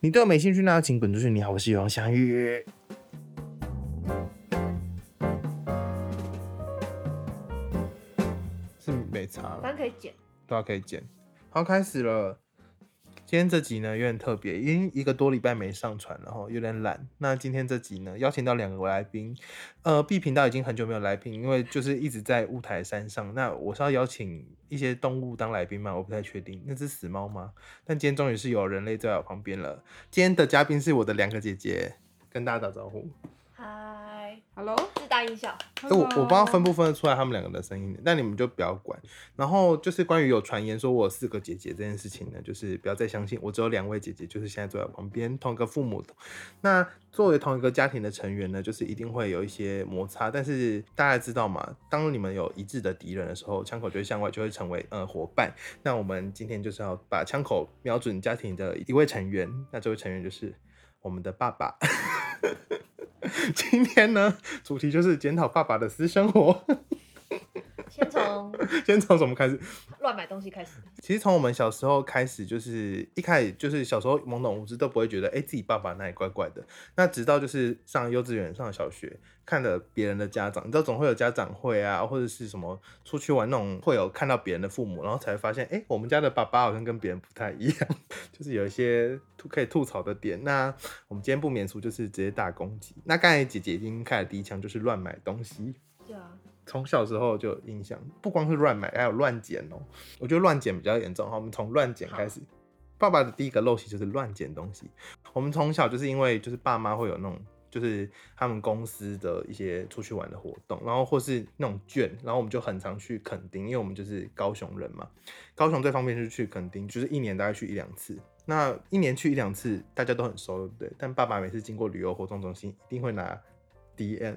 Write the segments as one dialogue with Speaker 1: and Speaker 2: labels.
Speaker 1: 你对我没兴趣，那就请滚出去。你好，我是永祥玉。是没差
Speaker 2: 嗯
Speaker 1: 了
Speaker 3: 反正可以剪。
Speaker 1: 大家可以剪。好，开始了。今天这集呢有点特别，因为一个多礼拜没上传了哈，有点懒。那今天这集呢，邀请到两个来宾，呃，B 频道已经很久没有来宾，因为就是一直在雾台山上。那我是要邀请一些动物当来宾吗？我不太确定，那只死猫吗？但今天终于是有人类在我旁边了。今天的嘉宾是我的两个姐姐，跟大家打招呼。
Speaker 3: 嗨，
Speaker 2: Hello，
Speaker 3: 自带音效，
Speaker 1: 哎、我我不知道分不分得出来他们两个的声音，那你们就不要管。然后就是关于有传言说我有四个姐姐这件事情呢，就是不要再相信，我只有两位姐姐，就是现在坐在我旁边，同一个父母。那作为同一个家庭的成员呢，就是一定会有一些摩擦，但是大家知道嘛，当你们有一致的敌人的时候，枪口就会向外，就会成为呃伙伴。那我们今天就是要把枪口瞄准家庭的一位成员，那这位成员就是我们的爸爸。 今天呢，主题就是检讨爸爸的私生活。
Speaker 3: 先从
Speaker 1: 先从什么开始？
Speaker 3: 乱买东西开始。
Speaker 1: 其实从我们小时候开始，就是一开始就是小时候懵懂无知，都不会觉得哎、诶自己爸爸哪里怪怪的。那直到就是上幼稚园、上小学，看了别人的家长，你知道总会有家长会啊，或者是什么出去玩那种会有看到别人的父母，然后才发现哎、诶我们家的爸爸好像跟别人不太一样， 就是有一些吐可以吐槽的点。那我们今天不免俗，就是直接大攻击。那刚才姐姐已经开了第一枪，就是乱买东西。
Speaker 3: 对啊，
Speaker 1: 从小时候就有印象，不光是乱买，还有乱捡哦。我觉得乱捡比较严重哈，我们从乱捡开始。爸爸的第一个陋习就是乱捡东西。我们从小就是因为就是爸妈会有那种就是他们公司的一些出去玩的活动，然后或是那种券，然后我们就很常去垦丁，因为我们就是高雄人嘛。高雄最方便就是去垦丁，就是一年大概去一两次。那一年去一两次，大家都很熟，对不对？但爸爸每次经过旅游活动中心，一定会拿 DM。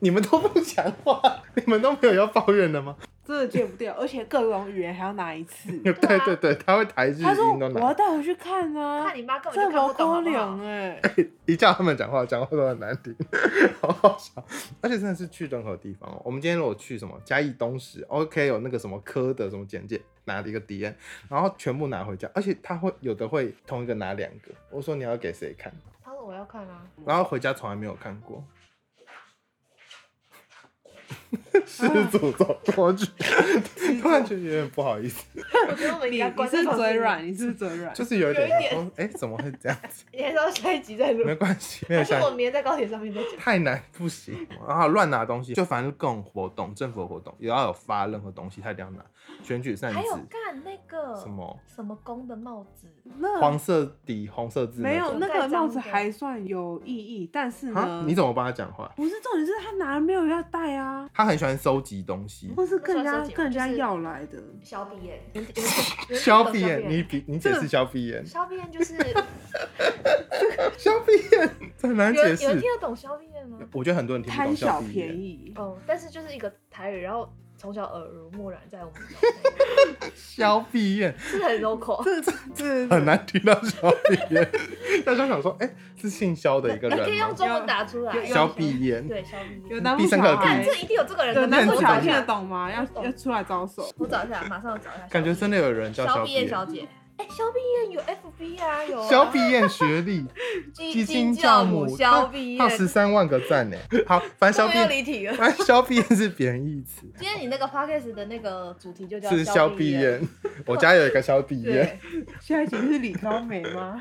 Speaker 1: 你们都不讲话， 你们都没有要抱怨的吗？
Speaker 2: 真的戒不掉，而且各种语言还要拿
Speaker 1: 。
Speaker 2: 一次
Speaker 1: 对
Speaker 3: 对
Speaker 1: 对
Speaker 3: 啊
Speaker 1: 对他会台日
Speaker 2: 他说
Speaker 1: 音都
Speaker 2: 我
Speaker 1: 拿
Speaker 2: 要，带回去看啊，
Speaker 3: 看你妈根本
Speaker 2: 这
Speaker 3: 就看
Speaker 2: 毛
Speaker 3: 不懂好
Speaker 2: 高
Speaker 3: 不好
Speaker 2: 粱哎，
Speaker 1: 一叫他们讲话，讲话都很难听， 好好笑。而且真的是去任何地方哦。我们今天如果去什么嘉义东石，OK 哦有那个什么科的什么简介，拿了一个 DM，然后全部拿回家，而且他会有的会同一个拿两个。我说你要给谁看，
Speaker 3: 他说我要看啊，
Speaker 1: 然后回家从来没有看 过。
Speaker 2: 哎
Speaker 1: 是诅咒过 去，突然觉得有点不好意思。
Speaker 3: 我觉得我们应
Speaker 2: 你
Speaker 3: 该
Speaker 2: 你
Speaker 3: 关
Speaker 2: 是
Speaker 3: 这种
Speaker 2: 嘴
Speaker 3: 事
Speaker 2: 软，你是不是嘴软，
Speaker 1: 就是有一点
Speaker 3: 有一点
Speaker 1: 想说，哎、怎么会这样 子？
Speaker 3: 你还是要下一集再录
Speaker 1: 没，关系，没有
Speaker 3: 还是
Speaker 1: 下一
Speaker 3: 我明天在高铁上面再讲？
Speaker 1: 太难不行，然后乱拿东西，就反正各种活动，政府的活动也要有发任何东西，他一定要拿选举扇
Speaker 3: 还有
Speaker 1: 子，
Speaker 3: 干那个
Speaker 1: 什么
Speaker 3: 什么公的帽子，
Speaker 2: 那
Speaker 1: 黄色底红色字
Speaker 2: 没有
Speaker 3: 种
Speaker 2: 那
Speaker 3: 盖
Speaker 2: 个帽
Speaker 3: 章
Speaker 2: 子
Speaker 3: 的
Speaker 2: 还算有意义，但是
Speaker 1: 啊
Speaker 2: 呢？，
Speaker 1: 你怎么帮他讲话？
Speaker 2: 不是重点是他拿了没有要带啊，
Speaker 1: 他很喜欢收集东
Speaker 3: 嗯
Speaker 1: 西，
Speaker 2: 或是跟人
Speaker 3: 那时
Speaker 2: 家
Speaker 3: 候是
Speaker 2: 跟人家
Speaker 3: 就是
Speaker 2: 要来的，
Speaker 3: 小鼻眼，有点有点有点
Speaker 1: 削
Speaker 3: 懂
Speaker 1: 鼻眼，你
Speaker 3: 眼，
Speaker 1: 比你解释削鼻眼，
Speaker 3: 小鼻眼就是
Speaker 1: 削鼻眼很难
Speaker 3: 有
Speaker 1: 解
Speaker 3: 人有人
Speaker 1: 释
Speaker 3: 听。得懂小鼻眼吗？
Speaker 1: 我觉得很多人听不
Speaker 2: 贪
Speaker 1: 懂
Speaker 2: 小
Speaker 1: 削鼻
Speaker 2: 便
Speaker 1: 眼，
Speaker 2: 宜，
Speaker 3: 哦，但是就是一个台语，然后从小耳濡目染在我们脑内，
Speaker 1: 削鼻眼
Speaker 3: 是很 local。
Speaker 2: 这这 这
Speaker 1: 很难听到削鼻眼， 大家想说，哎，是姓肖的一个
Speaker 3: 哎 可
Speaker 1: 人
Speaker 3: 以用
Speaker 1: 吗？
Speaker 3: 中文打出来。
Speaker 2: 有有
Speaker 1: 削鼻眼，
Speaker 3: 对，小鼻
Speaker 2: 有
Speaker 3: 眼。
Speaker 2: 南部
Speaker 1: 第
Speaker 2: 小
Speaker 1: 三个
Speaker 2: 孩
Speaker 1: 地
Speaker 3: 这一定有这个人
Speaker 2: 有
Speaker 3: 的名
Speaker 2: 南
Speaker 3: 字，
Speaker 2: 部
Speaker 3: 我
Speaker 2: 小孩
Speaker 3: 找一
Speaker 2: 听得
Speaker 3: 下，
Speaker 2: 懂吗？要
Speaker 3: 懂
Speaker 2: 要出来 招手，
Speaker 3: 我找一下，马上我找一下。
Speaker 1: 感觉真的有人叫削
Speaker 3: 小鼻
Speaker 1: 鼻
Speaker 3: 眼
Speaker 1: 眼。
Speaker 3: 小姐，哎，小鼻眼有 FB 啊，有啊
Speaker 1: 小比验学 历，
Speaker 3: 基
Speaker 1: 金
Speaker 3: 金
Speaker 1: 教
Speaker 3: 教
Speaker 1: 母
Speaker 3: 母小鼻
Speaker 1: 他
Speaker 3: 眼，
Speaker 1: 十三万个赞呢。好，反正小
Speaker 3: 终于要
Speaker 1: 比，
Speaker 3: 离题了。
Speaker 1: 反正小比验是贬义词，
Speaker 3: 今天你那个 podcast 的那个主题就叫
Speaker 1: 是
Speaker 3: 小
Speaker 1: 小
Speaker 3: 鼻
Speaker 1: 比。验。 我家有一个小比验。
Speaker 3: 对，
Speaker 2: 下一集是李高梅 吗？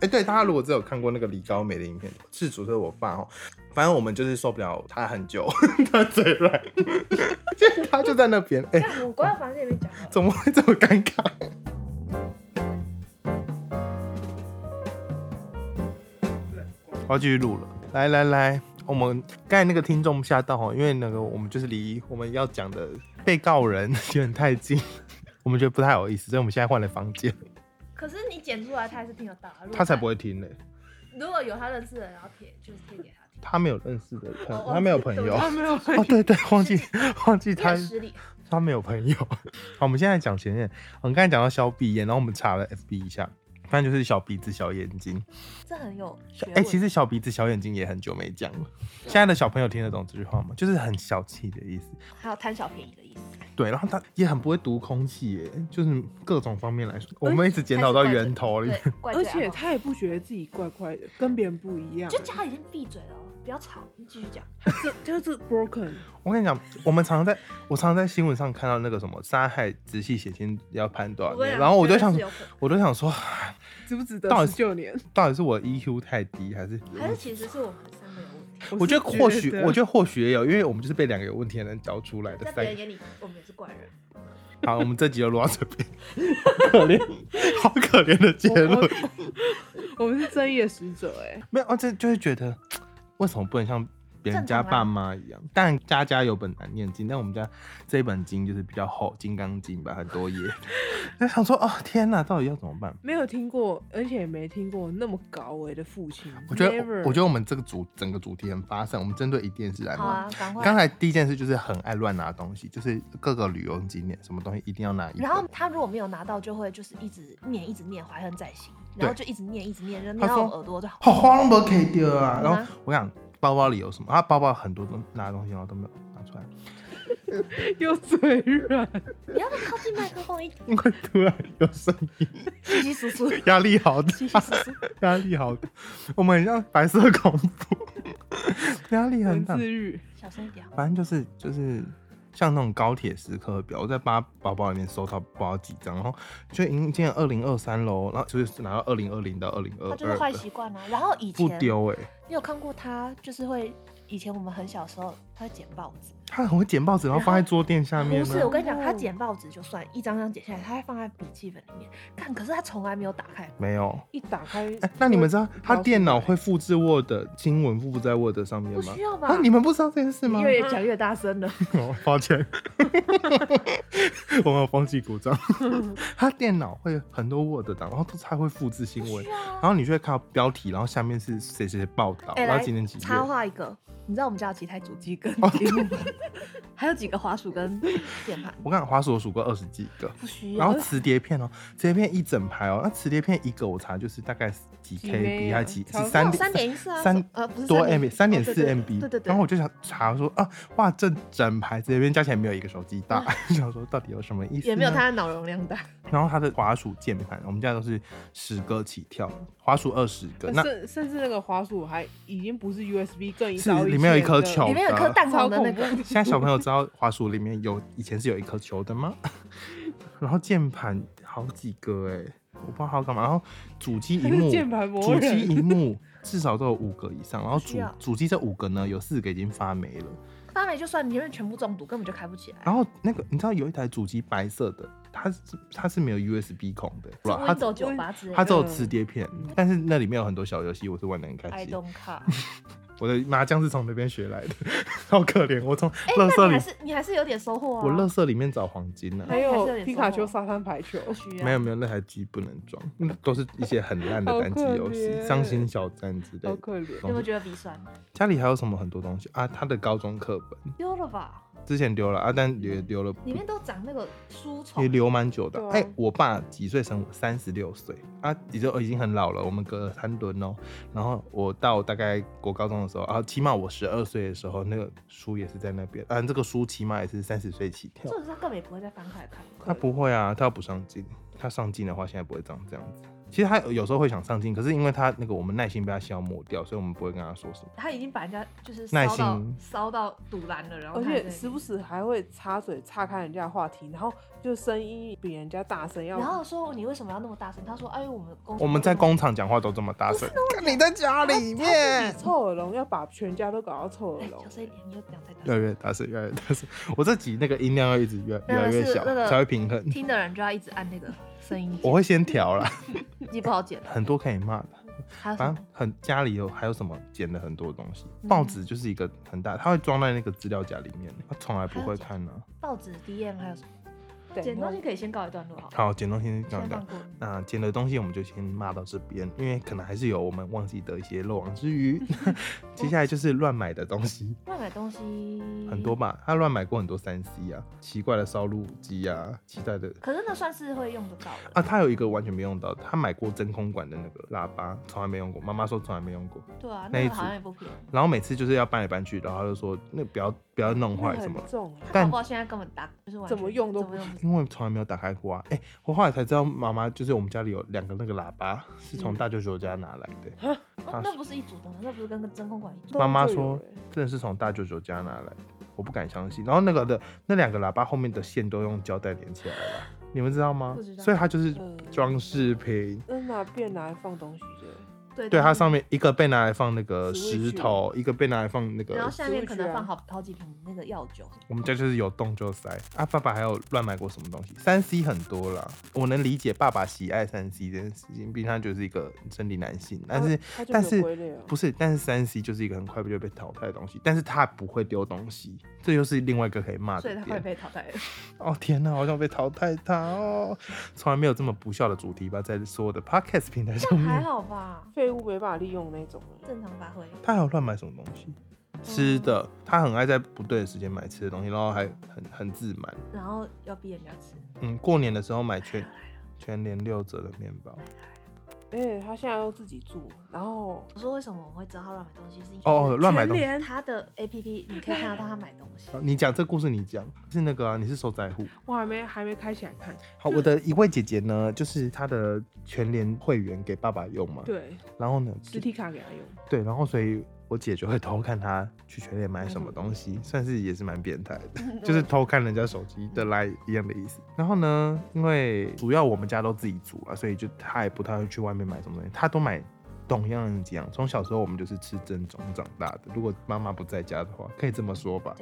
Speaker 1: 哎、对，大家如果只有看过那个李高梅的影片，是主是我爸哦。反正我们就是受不了他很久， 他嘴软， 就他就在那边，哎、
Speaker 3: 但我关到房间里面讲了。
Speaker 1: 怎么会这么尴尬？我要继续录了。来来来，我们刚才那个听众吓到哦，因为那个我们就是离我们要讲的被告人有点太近， 我们觉得不太好意思，所以我们现在换了房间，
Speaker 3: 可是你剪出来，他还是听得到啊。如果
Speaker 1: 他才不。会听嘞，
Speaker 3: 如果有他认识的人，然后贴就是贴给他听。
Speaker 1: 他没有认识的朋
Speaker 3: 哦
Speaker 1: 友，
Speaker 3: 哦
Speaker 1: 他没有朋友。
Speaker 2: 啊他没 有
Speaker 1: 哦，对对，忘记忘记
Speaker 3: 你
Speaker 1: 他
Speaker 3: 很失礼，
Speaker 1: 他没有朋友。好，我们现在讲前任。我们刚才讲到肖碧燕，然后我们查了 FB 一下，反正就是小鼻子、小眼睛。
Speaker 3: 这很有学
Speaker 1: 哎、
Speaker 3: 问。
Speaker 1: 其实小鼻子、小眼睛也很久没讲了。现在的小朋友听得懂这句话吗？就是很小气的意思。
Speaker 3: 还有贪小便宜的意思。
Speaker 1: 对，然后他也很不会读空气，耶，就是各种方面来说，我
Speaker 2: 而
Speaker 1: 们一直检讨到源头里
Speaker 3: 对
Speaker 1: 面。，
Speaker 3: 怪罪
Speaker 2: 而
Speaker 3: 阿公
Speaker 2: 且他也不觉得自己怪怪的，跟别人不一样。
Speaker 3: 就叫他已经闭嘴了哦，不要吵，你继续讲。
Speaker 2: 这就是 broken，
Speaker 1: 我跟你讲，我们常常在，我常常在新闻上看到那个什么杀害直系血亲要判多少
Speaker 3: 跟
Speaker 1: 年，
Speaker 3: 你讲
Speaker 1: 然后我就想
Speaker 3: 真的啊是，有可
Speaker 1: 我都想说，
Speaker 2: 值不值得
Speaker 1: 到底
Speaker 2: 十九年？
Speaker 1: 到底是我 EQ 太低，还是
Speaker 3: 能还是其实是我们三个有问题。
Speaker 1: 我觉得或许，我
Speaker 2: 得
Speaker 1: 觉得或许也有，因为我们就是被两个有问题的人教出来的
Speaker 3: 在
Speaker 1: 三
Speaker 3: 别
Speaker 1: 个
Speaker 3: 人眼里，我们也是怪人。
Speaker 1: 好，我们这集就录到这边， 好可怜，好可怜的结
Speaker 2: 我
Speaker 1: 论。
Speaker 2: 我们是正义的使者哎、
Speaker 1: 没有，啊，这就是觉得为什么不能像别人家
Speaker 3: 正常
Speaker 1: 爸
Speaker 3: 啊
Speaker 1: 妈一样？当然家家有本难念经，但我们家这一本经就是比较厚，《金刚经》吧，很多页。 就想说，哦，天哪，到底要怎么办？
Speaker 2: 没有听过，而且也没听过那么高维的父亲。
Speaker 1: 我觉得
Speaker 2: Never，
Speaker 1: 我觉得我们这个主整个主题很发散，我们针对一件事来
Speaker 3: 好
Speaker 1: 问。
Speaker 3: 啊，赶快。
Speaker 1: 哎刚才第一件事就是很爱乱拿东西，就是各个旅游景点什么东西一定要拿一本。
Speaker 3: 然后他如果没有拿到，就会就是一直念，一直念，怀恨在心，然后就一直念，一直念，就念到
Speaker 1: 他
Speaker 3: 我
Speaker 1: 说
Speaker 3: 耳朵就好。
Speaker 1: 好花拢无摕掉啊！
Speaker 3: 嗯
Speaker 1: 然
Speaker 3: 啊
Speaker 1: 后我想包包里有什么？他包包很多东拿的东西，然后都没有拿出来，
Speaker 2: 又嘴软，
Speaker 3: 你要不要靠近麦克 风一点，
Speaker 1: 因为突然有声音，
Speaker 3: 稀稀 疏疏，
Speaker 1: 压力好大，
Speaker 3: 稀稀疏疏。
Speaker 1: 压力好大，我们很像白色恐怖，压力很
Speaker 2: 很
Speaker 1: 大
Speaker 2: 自。律。
Speaker 3: 小声一点啊。
Speaker 1: 反正就是就是像那种高铁时刻表，我在八包包里面收到不知道几张，然后就已经进二零二三喽，然后就是拿到二零二零到二零二
Speaker 3: 他就是
Speaker 1: 二
Speaker 3: 坏，习惯啊。然后以
Speaker 1: 呃不
Speaker 3: 前
Speaker 1: 丢哎、
Speaker 3: 你有看过他，就是会以前我们很小时候，他会捡报纸。
Speaker 1: 他很会捡报纸，然后放在桌垫下面、
Speaker 3: 不
Speaker 1: 啊。
Speaker 3: 是，我跟你讲，他
Speaker 2: 哦
Speaker 3: 剪报纸就算一张张剪下来，他还放在笔记本里面看，可是他从来没有打开。
Speaker 1: 没有，
Speaker 2: 一打开，
Speaker 1: 哎那你们知道他
Speaker 2: 老鼠
Speaker 1: 电脑会复制 Word 新闻复制在 Word 上面
Speaker 3: 不
Speaker 1: 吗
Speaker 3: 需？要吧？
Speaker 1: 啊，你们不知道这件事吗？
Speaker 3: 越讲越大声了，
Speaker 1: 哦抱歉， 我们有放弃鼓 掌。他电脑会很多 Word 档，然后都他会复制新
Speaker 3: 不
Speaker 1: 闻
Speaker 3: 需，要啊
Speaker 1: 然。后你就会看到标题，然后下面是谁谁谁报道，
Speaker 3: 哎
Speaker 1: 然后
Speaker 3: 来
Speaker 1: 几点几
Speaker 3: 插
Speaker 1: 月。
Speaker 3: 画一个，你知道我们家有几台主机跟
Speaker 1: 哦
Speaker 3: 屏幕， 还有几个滑鼠跟键盘，
Speaker 1: 我看滑鼠我数过二十几 个，
Speaker 3: 不需
Speaker 1: 然
Speaker 3: 要
Speaker 1: 后。磁碟片哦，磁碟片一整排哦，那磁碟片一个我查就是大概几
Speaker 2: 几
Speaker 1: KB
Speaker 2: 枚啊
Speaker 1: 还是几
Speaker 2: 超
Speaker 1: 是
Speaker 3: 那
Speaker 1: 三
Speaker 3: 有三点一四啊，
Speaker 1: 三
Speaker 3: 呃不是
Speaker 1: 多
Speaker 3: 3.1
Speaker 1: MB，三点
Speaker 3: 哦对
Speaker 1: 四
Speaker 3: 对
Speaker 1: MB，
Speaker 3: 对对对。
Speaker 1: 然后我就想查说啊，哇，这整排这边加起来没有一个手机 大，想说到底有什么意思？
Speaker 3: 也没有他。的脑容量大，
Speaker 1: 然后它的滑鼠键盘，我们家都是十个起跳，滑鼠二十个，那
Speaker 2: 呃甚甚至那个滑鼠还已经不是 USB，更一
Speaker 1: 是
Speaker 2: 早以
Speaker 1: 里面有一
Speaker 2: 前
Speaker 1: 颗
Speaker 2: 的
Speaker 1: 球
Speaker 3: 里面有
Speaker 1: 的
Speaker 3: 颗蛋
Speaker 2: 超
Speaker 3: 黄的那
Speaker 2: 恐怖
Speaker 3: 个，
Speaker 1: 现在小朋友知道滑鼠里面有以前是有一颗球的吗？ 然后键盘好几个哎、我不知道它要干嘛。然后主机
Speaker 2: 它
Speaker 1: 荧幕
Speaker 2: 是，键盘魔
Speaker 1: 主机
Speaker 2: 人，
Speaker 1: 荧幕至少都有五个以上，然后
Speaker 3: 需
Speaker 1: 主
Speaker 3: 要
Speaker 1: 主机这五个呢有四个已经发霉了。
Speaker 3: 发霉就算，你因为全部中毒，根本就开不起来。
Speaker 1: 然后那个你知道有一台主机白色的，它是它是没有 USB 孔的，
Speaker 3: 是
Speaker 1: 它
Speaker 3: Windows 九八之类
Speaker 1: 它
Speaker 3: 的
Speaker 1: 只有磁碟片，但是那里面有很多小游戏，我是玩的很开
Speaker 3: ，I
Speaker 1: 心。
Speaker 3: don't care。
Speaker 1: 我的麻将是从那边学来的，好可怜，我从
Speaker 3: 哎，
Speaker 1: 乐
Speaker 3: 那
Speaker 1: 色
Speaker 3: 你
Speaker 1: 里
Speaker 3: 还，是你还是有点收获啊。
Speaker 1: 我乐色里面找黄金呢、啊。
Speaker 2: 还
Speaker 3: 还是有
Speaker 2: 有
Speaker 3: 点
Speaker 2: 皮
Speaker 3: 收
Speaker 2: 卡
Speaker 3: 获
Speaker 2: 丘沙滩排球
Speaker 3: 不，需要，
Speaker 1: 没有没有，那台机不能装，那都是一些很烂的
Speaker 2: 好
Speaker 1: 单机
Speaker 2: 可
Speaker 1: 游戏，
Speaker 2: 怜
Speaker 1: 伤心小站之类的。
Speaker 2: 好可怜。
Speaker 3: 有没有觉得鼻酸？
Speaker 1: 家里还有什么很多东西啊？他的高中课本
Speaker 3: 丢了吧，
Speaker 1: 之前丢了啊，但也丢了，
Speaker 3: 里面都长那个书虫
Speaker 1: 也。留蛮久的。哎、
Speaker 2: 对啊
Speaker 1: 我爸几岁生我？三十六岁啊，已经已经很老了，我们隔了三轮哦。然后我到大概国高中的时候啊，起码我十二岁的时候，那个书也是在那边啊，这个书起码也是三十岁起跳
Speaker 3: 这。种是他根本也不会再翻开来看。
Speaker 1: 他不会啊，他要不上进，他上进的话，现在不会长这样子。其实他有时候会想上进，可是因为他那个我们耐心被他消磨掉，所以我们不会跟他说什么。
Speaker 3: 他已经把人家就是
Speaker 1: 耐
Speaker 3: 烧到
Speaker 1: 心
Speaker 3: 烧到堵烂了，然后
Speaker 2: 而
Speaker 3: 他还
Speaker 2: 且
Speaker 3: 在
Speaker 2: 时不时还会插嘴岔开人家的话题，然后就声音比人家大声，要
Speaker 3: 然后说你为什么要那么大声？他说哎，我们公司
Speaker 1: 我们在工厂讲话都这么大 声，你在家里面
Speaker 2: 臭耳聋，要把全家都搞到臭耳
Speaker 3: 哎
Speaker 2: 聋
Speaker 3: 小。声一点，你又讲太
Speaker 1: 越
Speaker 3: 大
Speaker 1: 来
Speaker 3: 声。
Speaker 1: 越大声，越来越大声。我这集那个音量要一直越
Speaker 3: 那
Speaker 1: 越
Speaker 3: 个
Speaker 1: 来越
Speaker 3: 是
Speaker 1: 小，
Speaker 3: 那个
Speaker 1: 才会平衡。
Speaker 3: 听的人就要一直按那个声音键，
Speaker 1: 我会先调啦，
Speaker 3: 记不好剪了。
Speaker 1: 很多可以骂的。
Speaker 3: 还有什
Speaker 1: 反
Speaker 3: 么
Speaker 1: 正？很家里有还有什么捡了很多东西，
Speaker 3: 嗯
Speaker 1: 报纸就是一个很大，他会装在那个资料夹里面，他从来不会看呢、
Speaker 3: 报纸 DM 还有什么？
Speaker 2: 对，
Speaker 3: 捡东
Speaker 2: 然
Speaker 3: 西
Speaker 2: 后
Speaker 3: 可以先告一段落啊好了，
Speaker 1: 好，捡东西讲
Speaker 3: 先
Speaker 1: 一讲
Speaker 3: 放。过。
Speaker 1: 那捡的东西我们就先骂到这边，因为可能还是有我们忘记的一些漏网之 鱼。 接下来就是乱买的东西，
Speaker 3: 乱买东西
Speaker 1: 很多，吧？他乱买过很多三 C 啊，奇怪的烧录机啊，奇怪的
Speaker 3: 可是那算是会用得到的
Speaker 1: 啊，他有一个完全没用到，他买过真空管的那个喇叭，从来没用过。妈妈说从来没用过，
Speaker 3: 对啊，
Speaker 1: 那一
Speaker 3: 那
Speaker 1: 组
Speaker 3: 个好像也不便宜，
Speaker 1: 然后每次就是要搬来搬去，然后他就说那不要不要弄
Speaker 2: 那
Speaker 1: 坏什么
Speaker 2: 很，重欸，
Speaker 1: 但
Speaker 3: 搞不好现在根本打就是完全
Speaker 2: 怎么用都不
Speaker 3: 怎么用不
Speaker 1: 因为从来没有打开过啊。哎、我后来才知道妈妈就是我们家里有两个那个喇叭是从
Speaker 2: 嗯
Speaker 1: 大舅舅家拿来的、
Speaker 3: 哦那不是一组的吗？那不是跟个真空管一组？
Speaker 1: 妈妈
Speaker 2: 都有
Speaker 1: 说
Speaker 2: 欸
Speaker 1: 真的是从大舅舅家拿来，我不敢相信。然后那个的那两个喇叭后面的线都用胶带连起来了， 你们知道吗？
Speaker 3: 不知道嗯
Speaker 1: 所以它就是
Speaker 2: 嗯
Speaker 1: 装饰品。
Speaker 2: 那拿便拿来放东西的，
Speaker 3: 对
Speaker 1: 对，
Speaker 3: 但
Speaker 1: 它
Speaker 3: 是
Speaker 1: 上面一个被拿来放那个
Speaker 2: Switch
Speaker 1: 石头，一个被拿来放那
Speaker 3: 然后
Speaker 1: 个。
Speaker 3: 下面可能
Speaker 2: 食物区啊
Speaker 3: 放好好几瓶那个药酒，
Speaker 1: 我们家就是有洞就塞啊！爸爸还有乱买过什么东西？三 C 很多啦，我能理解爸爸喜爱三 C 这件事情，毕竟他就是一个生理男性。但是
Speaker 2: 它它就
Speaker 1: 但
Speaker 2: 没有
Speaker 1: 是
Speaker 2: 归类啊
Speaker 1: 不是？但是三 C 就是一个很快就被淘汰的东西，但是他不会丢东西，这又是另外一个可以骂
Speaker 3: 所
Speaker 1: 的
Speaker 3: 以它会
Speaker 1: 点。
Speaker 3: 被淘汰了。
Speaker 1: 哦天哪，好想被淘汰他哦！从来没有这么不孝的主题吧，在所有的 podcast 平台上
Speaker 3: 还
Speaker 1: 面，
Speaker 3: 好吧，
Speaker 2: 废物没办法利用那种欸
Speaker 3: 正常发挥。
Speaker 1: 他还有乱买什么东西？
Speaker 3: 嗯
Speaker 1: 吃的，他很爱在不对的时间买吃的东西，然后还很很自满。
Speaker 3: 然后要逼人家吃，
Speaker 1: 嗯，过年的时候买全全年六折的面包。
Speaker 2: 而且他现在又自己住，然后
Speaker 3: 我说为什么我会知道他乱买东西，是因为
Speaker 1: 哦，乱买东西。
Speaker 3: 全他的 A P P 你可以看得到他买东 西。
Speaker 1: 你讲这故事，你讲是那个啊，你是受灾户。
Speaker 2: 我还没还没开起来看，
Speaker 1: 好，我的一位姐姐呢，就是她的全联会员给爸爸用嘛，
Speaker 2: 对，
Speaker 1: 然后呢，
Speaker 2: 实体卡给他用，
Speaker 1: 对，然后所以我姐就会偷看她去全联买什么东西，算是也是蛮变态的， 就是偷看人家手机的来一样的意思。然后呢，因为主要我们家都自己煮啊，所以就她也不太会去外面买什么东西，她都买。懂样样几样，从小时候我们就是吃正宗长大的。如果妈妈不在家的话，可以这么说吧。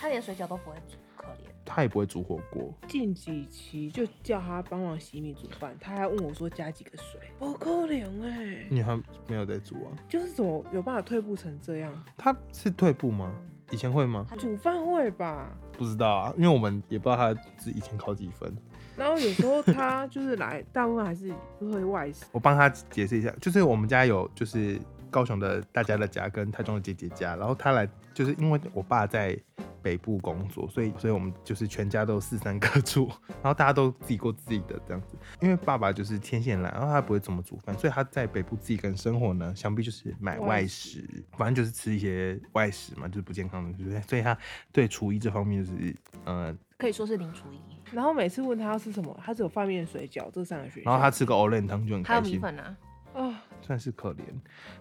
Speaker 3: 他连水饺都不会煮，可怜。
Speaker 1: 她也不会煮火锅，
Speaker 2: 近几期就叫他帮忙洗米煮饭，他还问我说加几个水，不可能哎、
Speaker 1: 因为她没有在煮啊。
Speaker 2: 就是怎么有办法退步成这样？
Speaker 1: 她是退步吗？以前会吗？
Speaker 3: 他
Speaker 2: 煮饭会吧，
Speaker 1: 不知道啊，因为我们也不知道她是以前考几分。
Speaker 2: 然后有时 候他就是来，大部分还是会外食，
Speaker 1: 我帮他解释一下，就是我们家有就是高雄的大家的家跟台中的姐姐家，然后他来就是因为我爸在北部工作，所以所以我们就是全家都四散各处，然后大家都自己过自己的这样子。因为爸爸就是天线懒，然后他不会怎么煮饭，所以他在北部自己跟生活呢，想必就是买外食，反正就是吃一些外食嘛，就是不健康的东西，所以他对厨艺这方面就是呃，
Speaker 3: 可以说是零厨艺，
Speaker 2: 然后每次问他要吃什么，他只有饭面水饺这三个选项，
Speaker 1: 然后他吃个藕莲汤就很
Speaker 3: 还有
Speaker 1: 开
Speaker 3: 米
Speaker 1: 心。
Speaker 3: 粉啊，
Speaker 2: 啊，
Speaker 1: 算是可怜。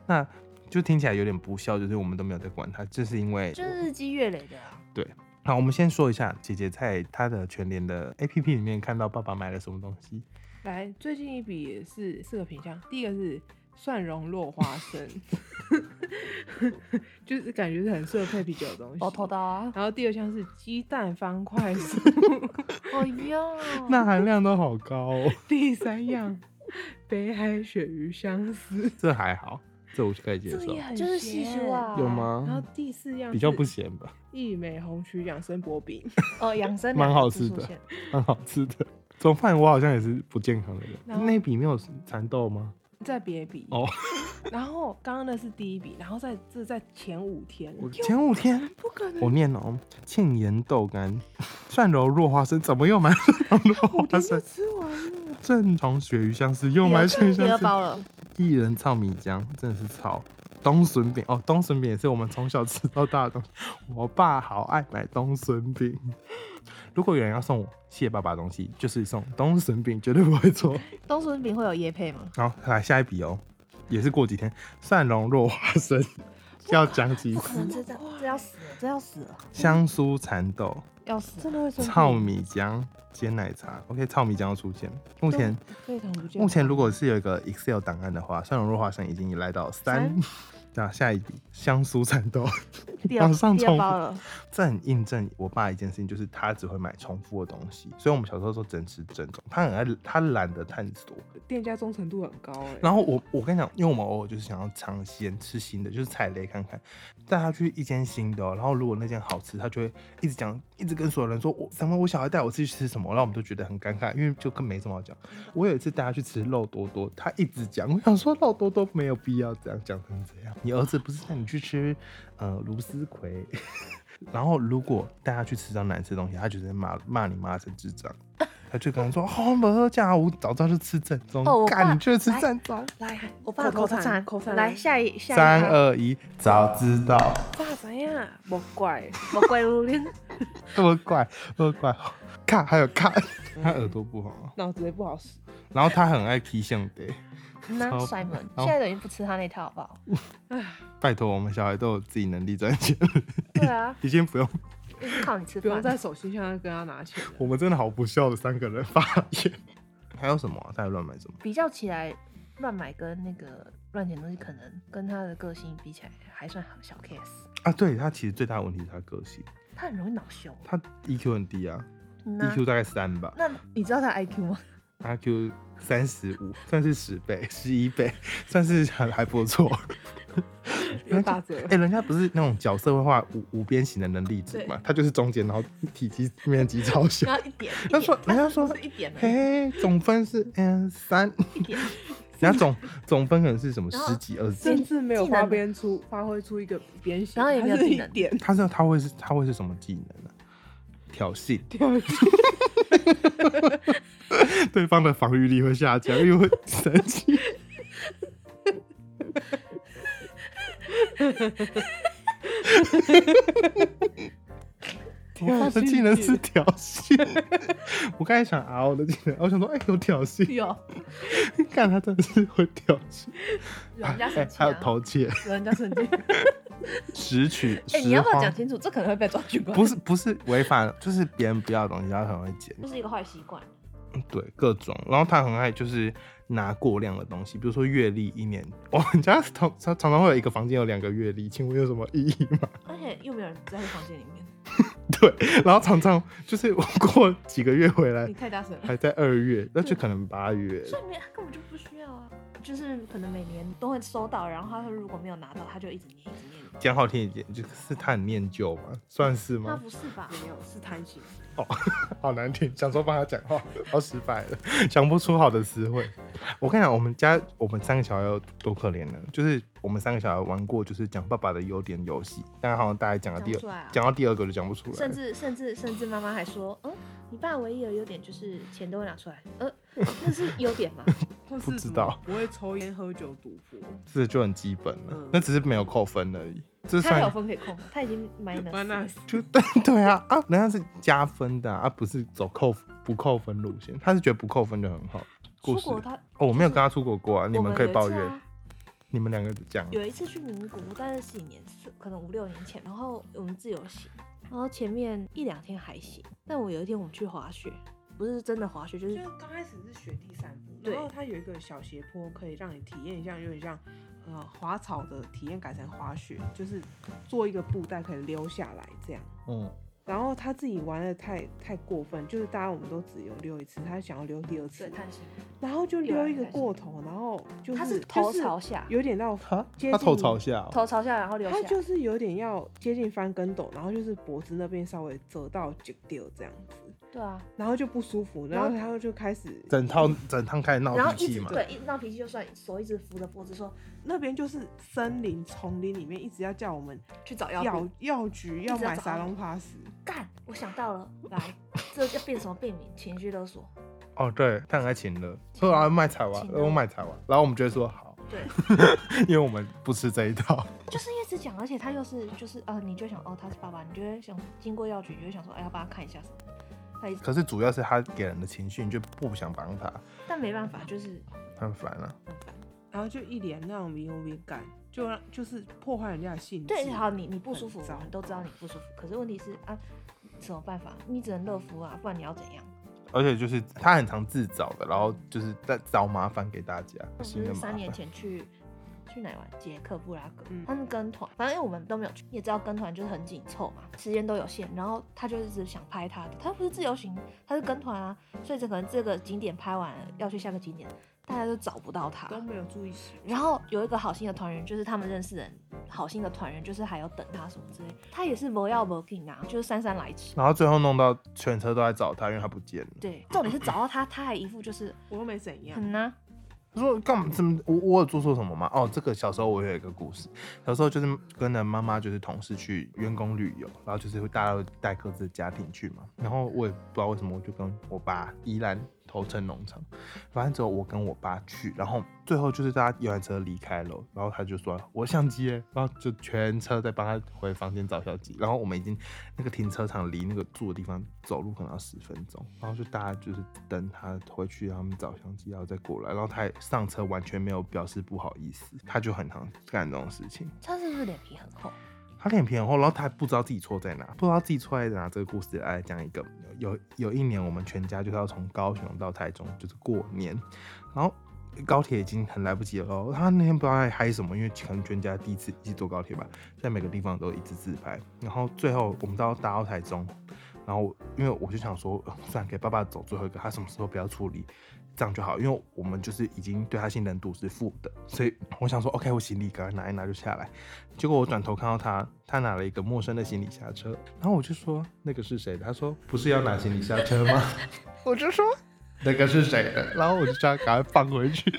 Speaker 1: 那就听起来有点不孝，就是我们都没有在管他，就是因为
Speaker 3: 就是日积月累 的啊。
Speaker 1: 对。好，我们先说一下姐姐在她的全联的 APP 里面看到爸爸买了什么东西。
Speaker 2: 来，最近一笔也是四个品项，第一个是蒜蓉落花生， 就是感觉是很适合配啤酒的东西。
Speaker 3: 包头刀啊，
Speaker 2: 然后第二项是鸡蛋方块酥，
Speaker 3: 哎呀，
Speaker 2: 嗯
Speaker 1: 那含量都好高、哦，
Speaker 2: 第三样北海鳕鱼香丝，
Speaker 1: 这还好，这我可以接受。
Speaker 2: 很
Speaker 3: 就是细数啊，
Speaker 1: 有
Speaker 2: 然后
Speaker 1: 吗？
Speaker 2: 第四样
Speaker 1: 哦比较
Speaker 2: 是
Speaker 1: 不咸吧，
Speaker 2: 益美红曲养生薄饼，
Speaker 3: 哦，养生
Speaker 1: 蛮好吃的
Speaker 3: 两个字数线
Speaker 1: 蛮好吃的。总饭我好像也是不健康的人。
Speaker 2: 然后
Speaker 1: 那笔没有蚕豆吗？
Speaker 2: 再别比
Speaker 1: 哦。
Speaker 2: 然后刚刚那是第一笔，然后在这在前五天，
Speaker 1: 我前五天
Speaker 2: 不可能
Speaker 1: 我念哦，庆盐豆干、蒜蓉落花生，怎么又买 蒜蓉落
Speaker 2: 五
Speaker 1: 花
Speaker 2: 天就
Speaker 1: 生？
Speaker 2: 吃完了，
Speaker 1: 正常鳕鱼香丝又买鳕鱼
Speaker 3: 第
Speaker 1: 香
Speaker 3: 二
Speaker 1: 丝，
Speaker 3: 包了，
Speaker 1: 一人炒米浆，真的是炒冬笋饼哦，冬笋饼也是我们从小吃到大的东西。 我爸好爱买冬笋饼，如果有人要送我谢爸爸的东西，就是送冬笋饼，绝对不会错。
Speaker 3: 冬笋饼会有椰配吗？
Speaker 1: 好，来下一笔哦，也是过几天，蒜蓉落花生，要讲几
Speaker 3: 不可
Speaker 1: 次
Speaker 3: 啊能，这这这要死了，这要死了，
Speaker 1: 香酥蚕豆、
Speaker 3: 要死
Speaker 2: 真
Speaker 3: 了。
Speaker 2: 的会生
Speaker 1: 糙
Speaker 2: 病
Speaker 1: 米浆、煎奶茶。OK，糙米浆要出现，目前。
Speaker 2: 非常
Speaker 3: 啊
Speaker 2: 不健康。
Speaker 1: 目前如果是有一个 Excel 档案的话，蒜蓉肉花生已经来到三。那下一笔香酥蚕豆，
Speaker 3: 第二
Speaker 1: 往上
Speaker 3: 第二
Speaker 1: 冲
Speaker 3: 包了，
Speaker 1: 这很印证我爸一件事情，就是他只会买重复的东西，所以我们小时候说整吃整种，他很爱，他懒得探索。
Speaker 2: 店家忠诚度很高哎、
Speaker 1: 然后我我跟你讲，因为我们偶尔就是想要尝鲜吃新的，就是踩雷看看，带他去一间新的哦、然后如果那间好吃，他就会一直讲，一直跟所有人说，我什么我小孩带我去吃什么，然后我们都觉得很尴尬，因为就更没什么好讲。
Speaker 3: 嗯
Speaker 1: 我有一次带他去吃肉多多，他一直讲，我想说肉多多没有必要这样讲成这样，你儿子不是带你去吃呃芦丝葵。 然后如果带他去吃到难吃的东西，他就直接骂骂你妈成智障，他就跟他说：“哦，没喝假，我早知道就吃正宗，
Speaker 3: 哦我爸
Speaker 1: 干你就吃
Speaker 3: 来
Speaker 1: 正宗。”
Speaker 2: 来，
Speaker 3: 我爸
Speaker 2: 口
Speaker 3: 口
Speaker 2: 头禅，口头禅，
Speaker 3: 来下一下一
Speaker 1: 三
Speaker 3: 趴，
Speaker 1: 二一，早知道，
Speaker 2: 爸怎样？莫怪，
Speaker 3: 我嗯 怪入脸，
Speaker 1: 这么怪，这么怪，看还有看，他耳朵不好，
Speaker 2: 脑子也不好使。
Speaker 1: 然后他很爱踢象的，
Speaker 3: 那
Speaker 1: 超
Speaker 3: 甩门，
Speaker 1: 好
Speaker 3: 现在等于不吃他那套好不好？
Speaker 2: 哎
Speaker 1: 拜托，我们小孩都有自己能力赚钱，
Speaker 3: 对啊，
Speaker 1: 已经不用，
Speaker 3: 就是靠你吃
Speaker 2: 不用
Speaker 3: 饭。
Speaker 2: 在手心上跟他拿钱了。
Speaker 1: 我们真的好不孝的三个人发言。还有什么、啊？他还乱买什么？
Speaker 3: 比较起来，乱买跟那个乱捡东西，可能跟他的个性比起来还算好小 case。
Speaker 1: 啊，对他其实最大的问题是他个性，
Speaker 3: 他很容易恼羞。
Speaker 1: 他 EQ 很低啊
Speaker 3: 那
Speaker 1: ，EQ 大概三吧
Speaker 3: 那你知道他 IQ 吗？
Speaker 1: ，IQ 三十五，算是十倍、十一倍，算是还还不错。
Speaker 2: 有打折
Speaker 1: 哎、，人家不是那种角色会画五五边形的能力值嘛，他就是中间，然后体积面积超小。
Speaker 3: 然后一点，一
Speaker 1: 他
Speaker 3: 点
Speaker 1: 说人家说
Speaker 3: 是一点而已，
Speaker 1: 嘿，总分是嗯三，
Speaker 3: 一点。
Speaker 1: 人家总总分可能是什么
Speaker 3: 然后
Speaker 1: 十几二十几，
Speaker 2: 甚至没有
Speaker 3: 技能
Speaker 2: 发边出发挥出一个边形，
Speaker 3: 然后也没有
Speaker 2: 它是
Speaker 3: 技
Speaker 2: 一
Speaker 3: 能
Speaker 2: 点
Speaker 1: 他是他会是他会是什么技能呢、挑衅，
Speaker 2: 掉进
Speaker 1: 对方的防御力会下降，因为会生 气。
Speaker 2: 挑衅
Speaker 1: 我爸的技能是挑衅，我刚才想 R 我的技能，我想说，哎、有挑 衅，
Speaker 3: 有，
Speaker 1: 看他真的是会挑衅，
Speaker 3: 有人家
Speaker 1: 哎
Speaker 3: 生气
Speaker 1: 还有
Speaker 3: 啊，
Speaker 1: 偷窃、
Speaker 3: 有人家 生气。
Speaker 1: 拾取、拾
Speaker 3: 哎，你要不要
Speaker 1: 荒
Speaker 3: 讲清楚？这可能会被抓去关。
Speaker 1: 不，是不是违反，就是别人不要的东西，他很会捡，
Speaker 3: 这是一个坏习惯。
Speaker 1: 对各种。然后他很爱就是拿过量的东西，比如说月历一年， 我们家常常常常会有一个房间有两个月历，请问有什么意义吗？
Speaker 3: 而且又没有人在房间里面，
Speaker 1: 对，然后常常就是我过几个月回来
Speaker 3: 你太大声了。
Speaker 1: 还在二月，那就可能八月。
Speaker 3: 所以没他根本就不需要啊，就是可能每年都会收到，然后他如果没有拿到，他就一直念一直念。
Speaker 1: 讲好听一点，就是他很念旧嘛，算是
Speaker 3: 那
Speaker 1: 吗？
Speaker 3: 不是吧？
Speaker 2: 没有是贪心。
Speaker 1: 好难听，想说帮他讲话， 好失败了，想不出好的词汇。我跟你讲，我们家我们三个小孩有多可怜呢？就是我们三个小孩玩过，就是讲爸爸的优点游戏，但好像大概讲到第
Speaker 3: 讲不出来啊
Speaker 1: 二，讲、到第二个就讲不出来了，
Speaker 3: 甚至甚至甚至妈妈还说，嗯，你爸唯一的优点就是钱都会拿出来， 呃，那是优点吗？
Speaker 2: 或是
Speaker 1: 不知
Speaker 2: 什么
Speaker 1: 道
Speaker 2: 不会抽烟、喝酒、赌博，
Speaker 1: 这就很基本了。
Speaker 2: 嗯
Speaker 1: 那只是没有扣分而已，这
Speaker 3: 他还有
Speaker 1: 算
Speaker 3: 分可以控吗，他已经 minus
Speaker 2: 那
Speaker 3: 了
Speaker 1: 就 对对啊啊，人家是加分的啊，啊不是走扣不扣分路线，他是觉得不扣分就很好。故
Speaker 3: 出
Speaker 1: 事
Speaker 3: 国他
Speaker 1: 哦，我没有跟他出国过啊，你
Speaker 3: 我
Speaker 1: 们
Speaker 3: 们
Speaker 1: 可以
Speaker 3: 有一
Speaker 1: 抱
Speaker 3: 次
Speaker 1: 怨，
Speaker 3: 啊
Speaker 1: 你们两个讲。
Speaker 3: 有一次去名古屋，但是几年是可能五六年前，然后我们自由行，然后前面一两天还行，但我有一天我们去滑雪，不是真的滑雪，就
Speaker 2: 就是刚开始是雪地散步，
Speaker 3: 对
Speaker 2: 然后它有一个小斜坡，可以让你体验一下，有点像呃滑草的体验改成滑雪，就是做一个布袋可以溜下来这样。
Speaker 1: 嗯，
Speaker 2: 然后他自己玩的太太过分，就是大家我们都只有溜一次，他想要溜第二次，
Speaker 3: 探险，
Speaker 2: 然后就溜一个过头，然后就是
Speaker 3: 他是
Speaker 2: 就
Speaker 3: 头
Speaker 2: 是
Speaker 3: 朝下，
Speaker 2: 有点到
Speaker 1: 他
Speaker 2: 接
Speaker 1: 他头
Speaker 2: 近
Speaker 1: 朝下、哦，
Speaker 3: 头朝下然后留下
Speaker 2: 他，就是有点要接近翻跟斗，然后就是脖子那边稍微折到就掉这样子，
Speaker 3: 对啊，
Speaker 2: 然后就不舒服，然
Speaker 3: 然后
Speaker 2: 后他就开始
Speaker 1: 整套整趟开始闹
Speaker 3: 然后
Speaker 1: 脾
Speaker 3: 一
Speaker 1: 气
Speaker 3: 直
Speaker 1: 嘛。
Speaker 3: 对一闹脾气就算，手一直扶着脖子说
Speaker 2: 那边就是森林丛林里面一直要叫我们
Speaker 3: 去找药
Speaker 2: 药
Speaker 3: 铺
Speaker 2: 药局要
Speaker 3: 一直要
Speaker 2: 买
Speaker 3: 找
Speaker 2: 沙龙 pass，
Speaker 3: 干，我想到了，来，这叫变什么病名？情绪勒索，
Speaker 1: 哦，对，他很爱请了，
Speaker 3: 请
Speaker 1: 说啊卖彩娃
Speaker 3: 请，了
Speaker 1: 我卖彩娃，然后我们就会说好，
Speaker 3: 对，
Speaker 1: 因为我们不吃这一套。
Speaker 3: 就是一直讲，而且他又是就是呃，你就想哦他是爸爸，你就会想经过药局，你就会想说哎要帮他看一下什么，他一直
Speaker 1: 可是主要是他给人的情绪，你就不想帮他，
Speaker 3: 但没办法，就是
Speaker 1: 很烦啊。
Speaker 2: 然后就一脸那种明有敏感，就让就是破坏人家的兴致。
Speaker 3: 对，好，你你不舒服，我
Speaker 2: 很糟
Speaker 3: 们都知道你不舒服。可是问题是啊，什么办法？你只能乐福啊，不然你要怎样？
Speaker 1: 而且就是他很常自找的，然后就是在找麻烦给大家，
Speaker 3: 我不
Speaker 1: 新的
Speaker 3: 嗯是
Speaker 1: 麻
Speaker 3: 三年
Speaker 1: 烦。
Speaker 3: 前去去去哪里玩？捷克布拉格，
Speaker 2: 嗯
Speaker 3: 他们跟团，反正因为我们都没有去，你也知道跟团就是很紧凑嘛，时间都有限。然后他就是只想拍他的，他不是自由行，他是跟团啊，所以这可能这个景点拍完了要去下个景点，大家都找不到他，
Speaker 2: 都没有注意时间
Speaker 3: 然后有一个好心的团员，就是他们认识的人，好心的团员就是还有等他什么之类，他也是不要不给拿，就是姗姗来迟。
Speaker 1: 然后最后弄到全车都在找他，因为他不见了。
Speaker 3: 对，重点是找到他，他还一副就是
Speaker 2: 我又没怎样，
Speaker 3: 很啊呐、
Speaker 1: 他说干嘛？怎么我我有做错什么吗？哦，这个小时候我有一个故事，小时候就是跟着妈妈就是同事去员工旅游，然后就是会大家都带各自的家庭去嘛。然后我也不知道为什么，我就跟我爸依然头城农场，反正只有我跟我爸去。然后最后就是大家游览车离开了，然后他就说我相机耶，然后就全车在帮他回房间找相机。然后我们已经那个停车场离那个住的地方走路可能要十分钟，然后就大家就是等他回去，然后他们找相机，然后再过来，然后他也上车完全没有表示不好意思，他就很常干这种事情。
Speaker 3: 他是不是脸皮很厚？
Speaker 1: 他脸皮很厚，然后他还不知道自己错在哪，不知道自己错在哪。这个故事来讲一个，有有一年我们全家就是要从高雄到台中，就是过年，然后高铁已经很来不及了哦。他那天不知道在嗨什么，因为可能全家第一次一起坐高铁吧，在每个地方都一直自拍。然后最后我们到搭到台中，然后我因为我就想说，呃算了，给爸爸走最后一个，他什么时候不要处理，这样就好，因为我们就是已经对他信任度是负的，所以我想说，OK，我行李赶快拿一拿就下来。结果我转头看到他，他拿了一个陌生的行李下车，然后我就说那个是谁的？他说不是要拿行李下车吗？ 我就说那个是谁的？然后我就叫他赶快放回去。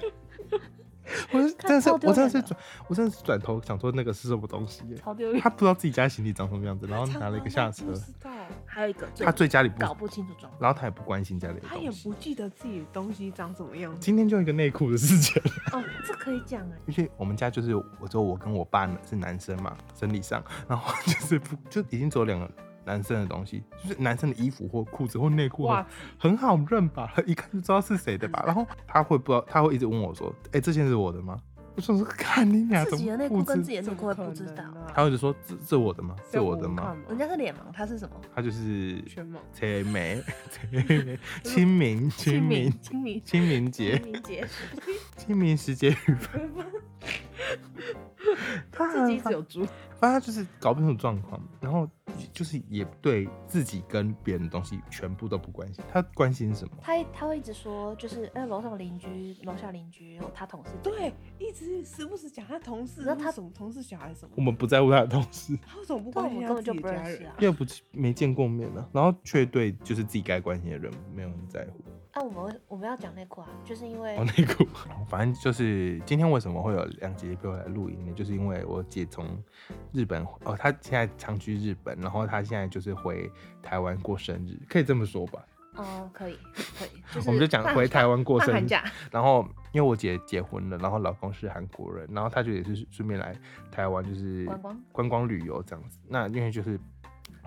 Speaker 1: 我是真的是
Speaker 3: 看超丢
Speaker 1: 我真的是
Speaker 3: 脸的
Speaker 1: 转我真的是转头想说那个是什么东西耶
Speaker 3: 超丢脸
Speaker 1: 他。不知道自己家行李长什么样子，然后
Speaker 2: 常
Speaker 1: 拿了一个下
Speaker 2: 常
Speaker 1: 车
Speaker 2: 都，不知道，
Speaker 3: 还有一个最
Speaker 1: 他对家里不，
Speaker 3: 搞不清楚状况，
Speaker 1: 然后他也不关心家里的
Speaker 2: 他也
Speaker 1: 东西。
Speaker 2: 不记得自己的东西长什么样子。
Speaker 1: 今天就一个内裤的事情，
Speaker 3: 哦，这可以讲 哎、
Speaker 1: 而且我们家就是我只有我跟我爸是男生嘛，生理上，然后就是不就已经只有两个男生的东西，就是男生的衣服或裤子或内裤
Speaker 2: 袜
Speaker 1: 很很
Speaker 2: 子
Speaker 1: 好认吧，一看就知道是谁的吧。然后他会不知道，他会一直问我说：“哎、这件是我的吗？”我想说：“看你俩
Speaker 3: 自己的内裤跟自己的
Speaker 2: 怎
Speaker 3: 内裤会
Speaker 2: 么可
Speaker 3: 不
Speaker 2: 能
Speaker 3: 知道，
Speaker 2: 啊
Speaker 1: 他会一直说：“这这我的吗？是我的吗？”？
Speaker 3: 人
Speaker 2: 家
Speaker 3: 家是脸盲，他是什么？
Speaker 1: 他就是
Speaker 2: 全盲，
Speaker 1: 切眉，切眉，清明，清明，
Speaker 3: 清明，
Speaker 1: 清明节，
Speaker 3: 清明节，
Speaker 1: 清明时节雨纷纷。他
Speaker 2: 自己
Speaker 1: 很
Speaker 2: 只有猪，
Speaker 1: 反正他就是搞不清楚状况，然后就是也对自己跟别人的东西全部都不关心，他关心什么？
Speaker 3: 他他会一直说，就是哎，楼上邻居、楼下邻居，他同事，
Speaker 2: 对，一直时不时讲他同事，
Speaker 3: 那他
Speaker 2: 什么同事小孩什么
Speaker 1: 我，们不在乎他的东西，
Speaker 2: 他为什么不
Speaker 3: 但我
Speaker 2: 关
Speaker 3: 们
Speaker 2: 心
Speaker 3: 根
Speaker 2: 他
Speaker 3: 本
Speaker 2: 自
Speaker 3: 就
Speaker 2: 己
Speaker 3: 不
Speaker 2: 的家
Speaker 3: 认识
Speaker 2: 人
Speaker 3: 啊？
Speaker 1: 又不是没见过面呢、然后却对就是自己该关心的人没有人在乎。
Speaker 3: 啊，我们会我们要讲内裤啊，就是因为
Speaker 1: 哦，内裤，反正就是今天为什么会有两姐姐陪我来录音呢？就是因为我姐从日本哦，她现在常去日本，然后她现在就是回台湾过生日，可以这么说吧？
Speaker 3: 哦，可以，可 以，就是
Speaker 1: 我们就讲回 台湾过
Speaker 3: 半
Speaker 1: 生
Speaker 3: 寒
Speaker 1: 日。
Speaker 3: 假，
Speaker 1: 然后因为我姐结婚了，然后老公是韩国人，然后他就也是顺便来台湾，就是
Speaker 3: 观光
Speaker 1: 观光旅游这样子。那因为就是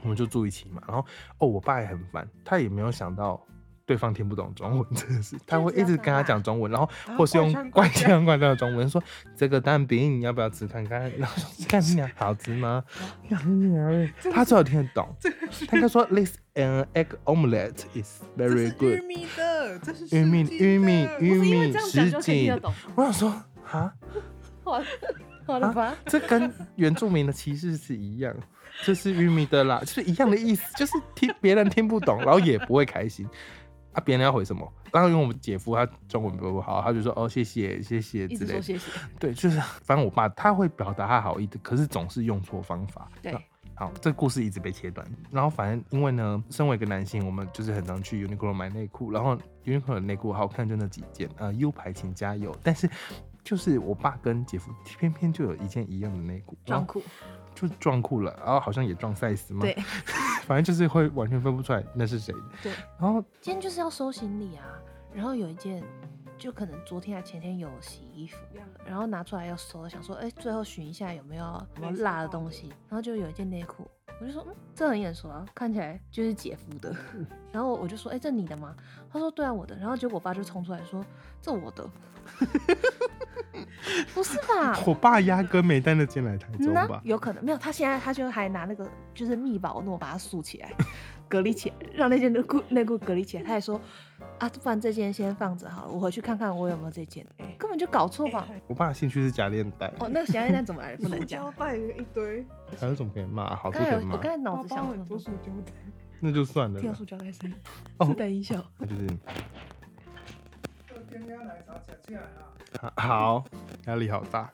Speaker 1: 我们就住一起嘛，然后哦，我爸也很烦，他也没有想到。对方听不懂中文，真的是，他会一直跟他讲中文，然后
Speaker 2: 啊
Speaker 1: 或是用怪
Speaker 2: 怪腔怪调
Speaker 1: 腔怪调的中文说这个蛋饼你要不要吃看看？然后说干你娘好吃吗？干你娘他最好听得懂，他应该说 this an egg omelette is
Speaker 2: 这
Speaker 1: very
Speaker 2: 是
Speaker 1: good
Speaker 2: 玉。米的，这是
Speaker 1: 玉米
Speaker 2: 世纪的
Speaker 1: 玉米玉
Speaker 3: 不是因为
Speaker 1: 米
Speaker 3: 这样
Speaker 1: 实
Speaker 3: 讲就可以
Speaker 1: 景
Speaker 3: 听得懂。
Speaker 1: 我想说，哈，
Speaker 3: 好，好
Speaker 1: 啊
Speaker 3: 了吧？
Speaker 1: 这跟原住民的歧视是一样，这是玉米的啦，就是一样的意思，就是听别人听不懂，然后也不会开心。啊，别人要回什么？然后因为我们姐夫他中文不好，他就说哦谢谢谢谢
Speaker 3: 一
Speaker 1: 之
Speaker 3: 直
Speaker 1: 类
Speaker 3: 说
Speaker 1: 的。
Speaker 3: 谢谢，
Speaker 1: 对，就是反正我爸他会表达他好意的，可是总是用错方法。
Speaker 3: 对
Speaker 1: 那。好，这故事一直被切断。然后反正因为呢，身为一个男性，我们就是很常去 Uniqlo 买内裤，然后 Uniqlo 的内裤好看就那几件，呃，U 牌请加油。但是就是我爸跟姐夫偏偏就有一件一样的内裤，然
Speaker 3: 装
Speaker 1: 后
Speaker 3: 酷，
Speaker 1: 就撞裤了，然后好像也撞 size 嘛，
Speaker 3: 对，
Speaker 1: 反正就是会完全分不出来那是谁的。
Speaker 3: 对，
Speaker 1: 然后
Speaker 3: 今天就是要收行李啊，然后有一件，就可能昨天还前天有洗衣服，然后拿出来要收，想说，哎、最后寻一下有没有什么辣的东西，然后就有一件内裤，我就说，嗯，这很眼熟啊，看起来就是姐夫的， 然后我就说，哎、这你的吗？他说，对啊，我的。然后结果我爸就冲出来说，这我的， 不是 吧？
Speaker 1: 我爸压根没带那件来台中
Speaker 3: 嗯呐
Speaker 1: 吧？
Speaker 3: 有可能没有，他现在他就还拿那个就是密保诺把它竖起来， 隔离起来，让那件内裤内裤隔离起来。他还说啊，不然这件先放着好了，我回去看看我有没有这件。根本就搞错吧？
Speaker 1: 我爸的兴趣是假链带，
Speaker 3: 哦，那个小燕蛋怎么来的？不
Speaker 2: 塑
Speaker 3: 能
Speaker 2: 胶
Speaker 3: 讲。
Speaker 2: 袋一堆，
Speaker 1: 还有什么可以骂？好
Speaker 3: 我
Speaker 1: 处
Speaker 3: 刚才
Speaker 1: 可
Speaker 3: 有
Speaker 1: 以
Speaker 3: 我
Speaker 1: 骂
Speaker 3: 刚，才脑
Speaker 2: 包
Speaker 3: 子
Speaker 2: 包
Speaker 3: 想
Speaker 2: 很
Speaker 3: 说
Speaker 2: 多
Speaker 3: 什
Speaker 2: 塑
Speaker 3: 么，
Speaker 2: 胶袋。
Speaker 1: 那就算了
Speaker 3: 听到
Speaker 1: 啦。
Speaker 3: 塑胶袋声音，
Speaker 1: 哦
Speaker 3: 自带音效。
Speaker 1: 那就是。好好，压力好大。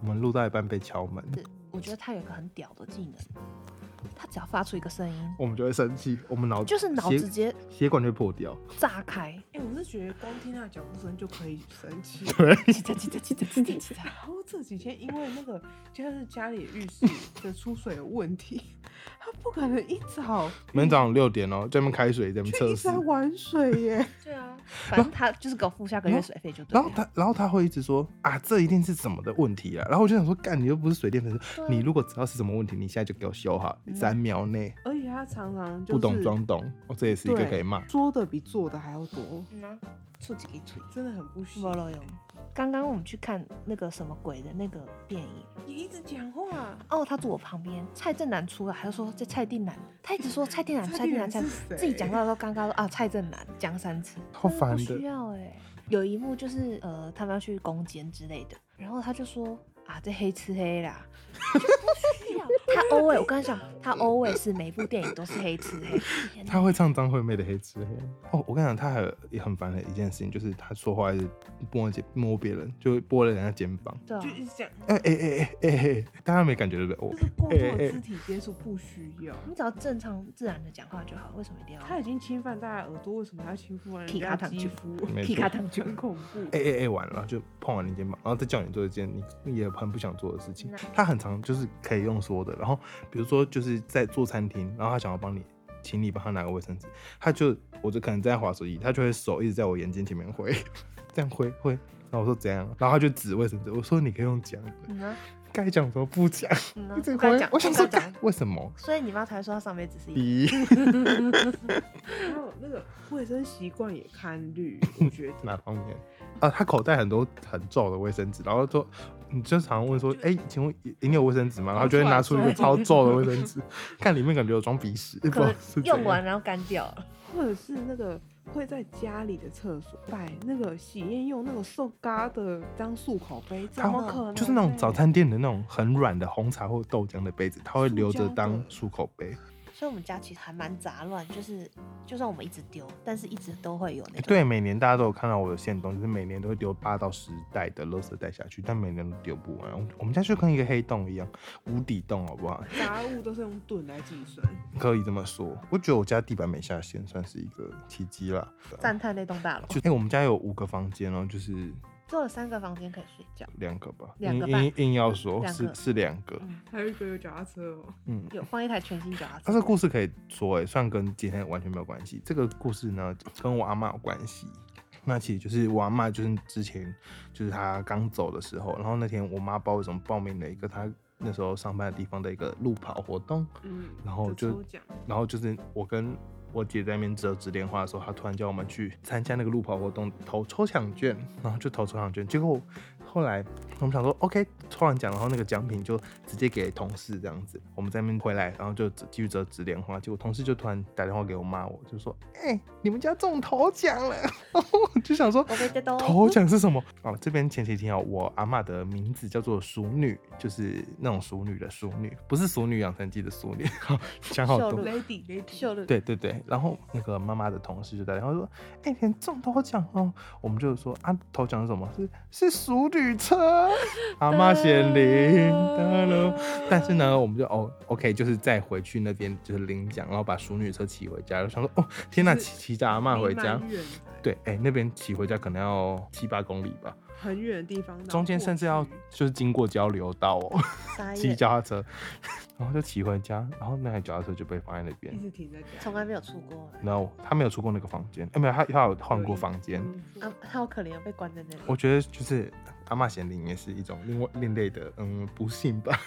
Speaker 1: 我们录到一半被敲门，
Speaker 3: 我觉得他有一个很屌的技能，他只要发出一个声音，
Speaker 1: 我们就会生气，我们脑
Speaker 3: 就是脑
Speaker 1: 血
Speaker 3: 直接
Speaker 1: 血管就会破掉。
Speaker 3: 炸开。
Speaker 2: 哎、我是觉得光听他的脚步声就可以生气。
Speaker 1: 对，
Speaker 3: 叽喳叽喳叽喳叽喳叽喳
Speaker 2: 然后这几天因为那个就是家里浴室的出水有问题， 他不可能一早
Speaker 1: 每天早上六点哦、在那边开水，在那边
Speaker 2: 去一
Speaker 1: 测
Speaker 2: 直
Speaker 1: 试
Speaker 2: 在。玩水耶。
Speaker 3: 对啊，反正他就是给我付下个月水费就对
Speaker 1: 然后
Speaker 3: 了。
Speaker 1: 他，然后他会一直说啊，这一定是什么的问题啊。然后我就想说，干，你又不是水电粉丝，
Speaker 3: 对啊嗯
Speaker 1: 你如果知道是什么问题，你现在就给我修好，三秒内。
Speaker 2: 而且他常常就是
Speaker 1: 不懂装懂，哦，这也是一个
Speaker 2: 对
Speaker 1: 可以骂。
Speaker 2: 说的比做的还要多，
Speaker 3: 嗯啊，触几个触，
Speaker 2: 真的很不行
Speaker 3: 没。路用。刚刚我们去看那个什么鬼的那个电影，
Speaker 2: 你一直讲话，
Speaker 3: 哦，他坐我旁边，蔡正南出来，他就说这蔡定南，他一直说蔡定南，
Speaker 2: 蔡
Speaker 3: 蔡定南，
Speaker 2: 定
Speaker 3: 蔡
Speaker 2: 南是
Speaker 3: 自己讲
Speaker 2: 谁
Speaker 3: 到都尴尬说啊，蔡正南讲三次，
Speaker 1: 超
Speaker 3: 真的
Speaker 1: 烦
Speaker 3: 不需
Speaker 1: 的。
Speaker 3: 要哎、有一幕就是呃，他们要去攻坚之类的，然后他就说啊，这黑吃黑 啦，就不需要。他 always 我刚想，他 always 每部电影都是黑吃黑，天 哪
Speaker 1: 他会唱张惠妹的《黑吃黑》哦，我跟你讲，他还有也很烦的一件事情，就是他说话一直摸肩摸别人，就会拨了人家肩膀。
Speaker 3: 对啊
Speaker 2: 就，一直讲，
Speaker 1: 哎哎哎哎哎，大家没感觉对不对？我
Speaker 2: 就是过度
Speaker 1: 哎哎
Speaker 2: 的肢体接触不需要。
Speaker 3: 你只要正常自然的讲话就好，为什么一定要
Speaker 2: 他已经侵犯大家耳朵，为什么还要侵犯人
Speaker 3: 皮卡
Speaker 2: 家
Speaker 3: 糖
Speaker 2: 肌肤？
Speaker 1: 没
Speaker 3: 皮
Speaker 1: 错
Speaker 3: 卡糖就
Speaker 2: 很恐怖。
Speaker 1: 哎哎哎完了，就碰完你肩膀，然后再叫你做一件你也很不想做的事情
Speaker 3: 那。
Speaker 1: 他很常就是可以用说的，然后比如说就是在做餐厅，然后他想要帮你，请你帮他拿个卫生纸，他就我就可能在划手机，他就会手一直在我眼睛前面挥， 这样挥挥，然后我说怎样，然后他就指卫生纸，我说你可以用讲的，
Speaker 3: 嗯啊
Speaker 1: 该讲怎么不讲，
Speaker 3: 嗯啊
Speaker 1: 一直
Speaker 3: 不该
Speaker 1: 挥
Speaker 3: 讲，
Speaker 1: 我想
Speaker 3: 不
Speaker 1: 说
Speaker 3: 该讲
Speaker 1: 干为什么？
Speaker 3: 所以你妈才说她上辈子是一
Speaker 1: 第一
Speaker 2: 还有那个卫生习惯也堪 虑，我觉得。
Speaker 1: 哪方面？啊，他口袋很多很皱的卫生纸，然后说，你就常问
Speaker 2: 嗯
Speaker 1: 说，哎、请问你有卫生
Speaker 2: 哦
Speaker 1: 纸吗？然后就会拿出一个超皱的卫生纸， 看里面感觉有装鼻 屎，不知
Speaker 3: 可
Speaker 1: 道
Speaker 3: 能
Speaker 1: 是怎样
Speaker 3: 用完然后干掉了。
Speaker 2: 或者是那个会在家里的厕所摆那个喜宴用那种瘦嘎的当漱口杯，怎
Speaker 1: 他
Speaker 2: 么可能？
Speaker 1: 啊就是那种早，餐店的那种很软的红茶或豆浆的杯子，他会留着
Speaker 2: 塑胶的
Speaker 1: 当漱口杯。
Speaker 3: 所以我们家其实还蛮杂乱，就是就算我们一直丢，但是一直都会有那种
Speaker 1: 对，每年大家都有看到我的线动，就是每年都会丢八到十袋的垃圾袋下去，但每年都丢不完。我我们家就跟一个黑洞一样，无底洞，好不好？
Speaker 2: 杂物都是用吨来计算。
Speaker 1: 可以这么说，我觉得我家地板没下线算是一个奇迹啦。
Speaker 3: 赞叹那栋大楼，
Speaker 1: 就哎、我们家有五个房间哦、就是
Speaker 3: 只有三个房间可以睡觉，
Speaker 1: 两个吧，
Speaker 3: 两个
Speaker 1: 硬
Speaker 3: 半
Speaker 1: 硬硬要说
Speaker 3: 两
Speaker 1: 是
Speaker 3: 个
Speaker 1: 是两个，
Speaker 3: 嗯，
Speaker 2: 还有一个有脚踏车哦，
Speaker 1: 嗯。
Speaker 3: 有放一台全新脚踏
Speaker 1: 他
Speaker 3: 车。
Speaker 1: 这故事可以说、欸，哎，算跟今天完全没有关系。这个故事呢，跟我阿妈有关系。那其实就是我阿妈，就是之前就是她刚走的时候，然后那天我妈不知道为什么报名了一个她那时候上班的地方的一个路跑活动，
Speaker 2: 嗯，
Speaker 1: 然后
Speaker 2: 就抽
Speaker 1: 就
Speaker 2: 奖，
Speaker 1: 然后就是我跟我姐在那边折纸莲花的时候，她突然叫我们去参加那个路跑活动投抽奖券，然后就投抽奖券，结果后来我们想说 OK 抽完奖，然后那个奖品就直接给同事这样子，我们在那边回来，然后就继续折纸莲花，结果同事就突然打电话给我妈，我就说哎、你们家中头奖了， 我就
Speaker 2: 哦
Speaker 1: 想说
Speaker 3: 我被这都
Speaker 1: 头奖是什么？哦，这边前几天哦，我阿嬷的名字叫做淑女，就是那种淑女的淑女，不是《淑女养成记》的淑女。 好，讲好
Speaker 3: 秀
Speaker 1: 多
Speaker 3: 露。
Speaker 2: lady lady
Speaker 3: 秀的，
Speaker 1: 对对对，然后那个妈妈的同事就在，然后说：“哎、你们中头奖哦！”我们就说：“啊，头奖是什么？是是淑女车， 阿妈显灵。哒喽”但是呢，我们就哦，OK，就是再回去那边就是领奖，然后把淑女车骑回家，就想说：“哦，天呐，
Speaker 2: 就是
Speaker 1: 骑骑着阿嬷回家。”
Speaker 2: 离蛮远
Speaker 1: 对，哎、那边骑回家可能要七八公里吧，
Speaker 2: 很远的地方，
Speaker 1: 中间甚至要就是经过交流道哦，
Speaker 3: 傻
Speaker 1: 骑
Speaker 3: 眼，
Speaker 1: 脚踏车，然后就骑回家，然后那台脚踏车就被放在那边
Speaker 2: 一。直停在家，
Speaker 3: 从来没有出过
Speaker 1: 然后他没有出过那个房间，哎、没有，他他有换过房间。
Speaker 2: 嗯
Speaker 3: 啊，好可怜，被关在那
Speaker 1: 我
Speaker 3: 里。
Speaker 1: 觉得就是阿嬷显灵也是一种另外另类的，嗯，不幸吧。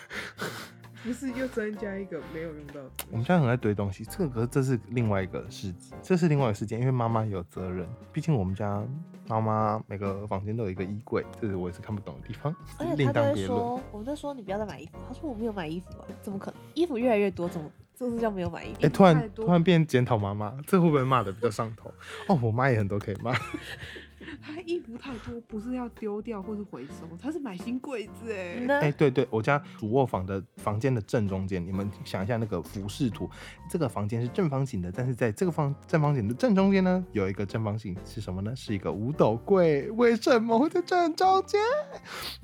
Speaker 2: 不是又增加一个没有用到的
Speaker 1: 我
Speaker 2: 东
Speaker 1: 们
Speaker 2: 西。
Speaker 1: 家很爱堆东西，这个这是另外一个事迹，这是另外一个事件，因为妈妈有责任，毕竟我们家妈妈每个房间都有一个衣柜，这是我也是看不懂的地方
Speaker 3: 而，且
Speaker 1: 另
Speaker 3: 他都
Speaker 1: 当
Speaker 3: 会
Speaker 1: 别论。
Speaker 3: 说，我们在说你不要再买衣服，他说我没有买衣服啊，怎么可能？衣服越来越多，怎么这是叫没有买衣服
Speaker 1: 哎、？突
Speaker 2: 太
Speaker 1: 然
Speaker 2: 多
Speaker 1: 突然变检讨妈妈，这会不会骂的比较上头？哦，我妈也很多可以骂，嗯
Speaker 2: 他衣服太多，不是要丢掉或是回收，他是买新柜子哎、
Speaker 3: 那
Speaker 1: 哎、对对，我家主卧房的房间的正中间，你们想一下那个俯视图，这个房间是正方形的，但是在这个方正方形的正中间呢，有一个正方形是什么呢？是一个五斗柜。为什么会在正中间？